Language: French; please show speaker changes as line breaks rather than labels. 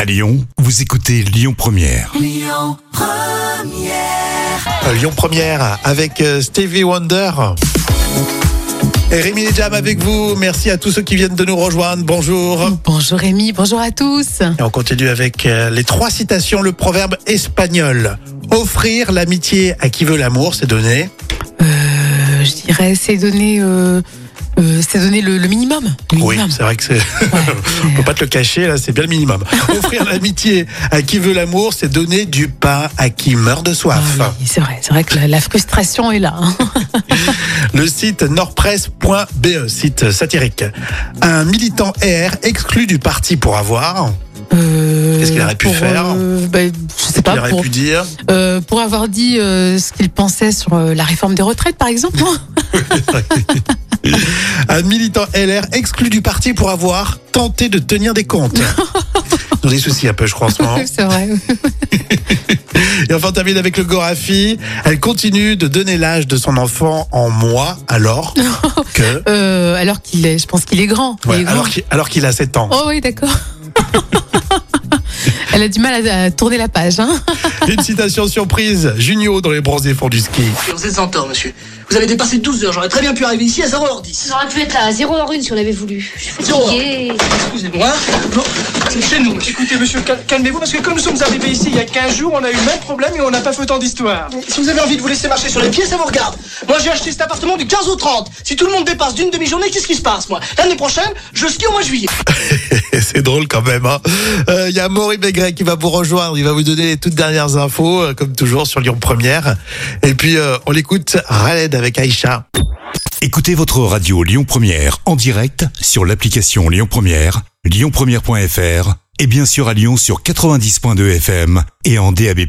À Lyon, vous écoutez Lyon Première.
Lyon Première avec euh, Stevie Wonder. Et Rémi et Jam avec vous. Merci à tous ceux qui viennent de nous rejoindre. Bonjour.
Bonjour Rémi, bonjour à tous.
Et on continue avec euh, les trois citations, le proverbe espagnol. Offrir l'amitié à qui veut l'amour, c'est donné.
Euh, je dirais, c'est donner, euh, euh, c'est donner le, le minimum. Le
Oui,
minimum.
c'est vrai que c'est. on peut pas te le cacher, là, c'est bien le minimum. Offrir l'amitié à qui veut l'amour, c'est donner du pain à qui meurt de
Ah
soif.
oui, c'est vrai, c'est vrai que la, la frustration est là. hein.
Le site nordpresse.be, site satirique. Un militant R exclu du parti pour avoir.
Euh,
Qu'est-ce qu'il aurait pu
pour,
faire
euh, ben, Je sais
Il
pas,
aurait
pour,
pu dire.
euh, pour avoir dit euh, ce qu'il pensait sur euh, la réforme des retraites, par exemple. hein.
Un militant LR exclu du parti pour avoir tenté de tenir des comptes. Ils ont des soucis un peu, je crois, en ce moment.
c'est vrai.
Et enfin, on termine avec le Gorafi. Elle continue de donner l'âge de son enfant en mois, alors que.
Euh, alors qu'il est, je pense qu'il est grand. Il
Ouais,
est grand.
alors qu'il alors qu'il a 7 ans.
Oh oui, d'accord. Elle a du mal à, à tourner la page. Hein.
Une citation surprise, Junio dans les bronzés fonds du ski.
Vous êtes en tort, monsieur. Vous avez dépassé 12 heures. J'aurais très bien pu arriver ici à 0h10.
J'aurais pu être là à 0h1 si on avait voulu. Je suis fatiguée.
Excusez-moi. Bon, c'est chez nous. monsieur.
Écoutez, monsieur, cal- calmez-vous parce que comme nous sommes arrivés ici il y a 15 jours, on a eu le même problème et on n'a pas fait autant d'histoire.
Si vous avez envie de vous laisser marcher sur les pieds, ça vous regarde. Moi, j'ai acheté cet appartement du 15 au 30. Si tout le monde dépasse d'une demi-journée, qu'est-ce qui se passe, moi L'année prochaine, je skie au mois de juillet.
Et c'est drôle quand même. hein. Euh, Il y a Maury Maigret qui va vous rejoindre. Il va vous donner les toutes dernières infos, euh, comme toujours, sur Lyon Première. Et puis, euh, on l'écoute Raled avec Aïcha.
Écoutez votre radio Lyon Première en direct sur l'application Lyon Première, lyonpremière.fr et bien sûr à Lyon sur 90.2 FM et en DAB+.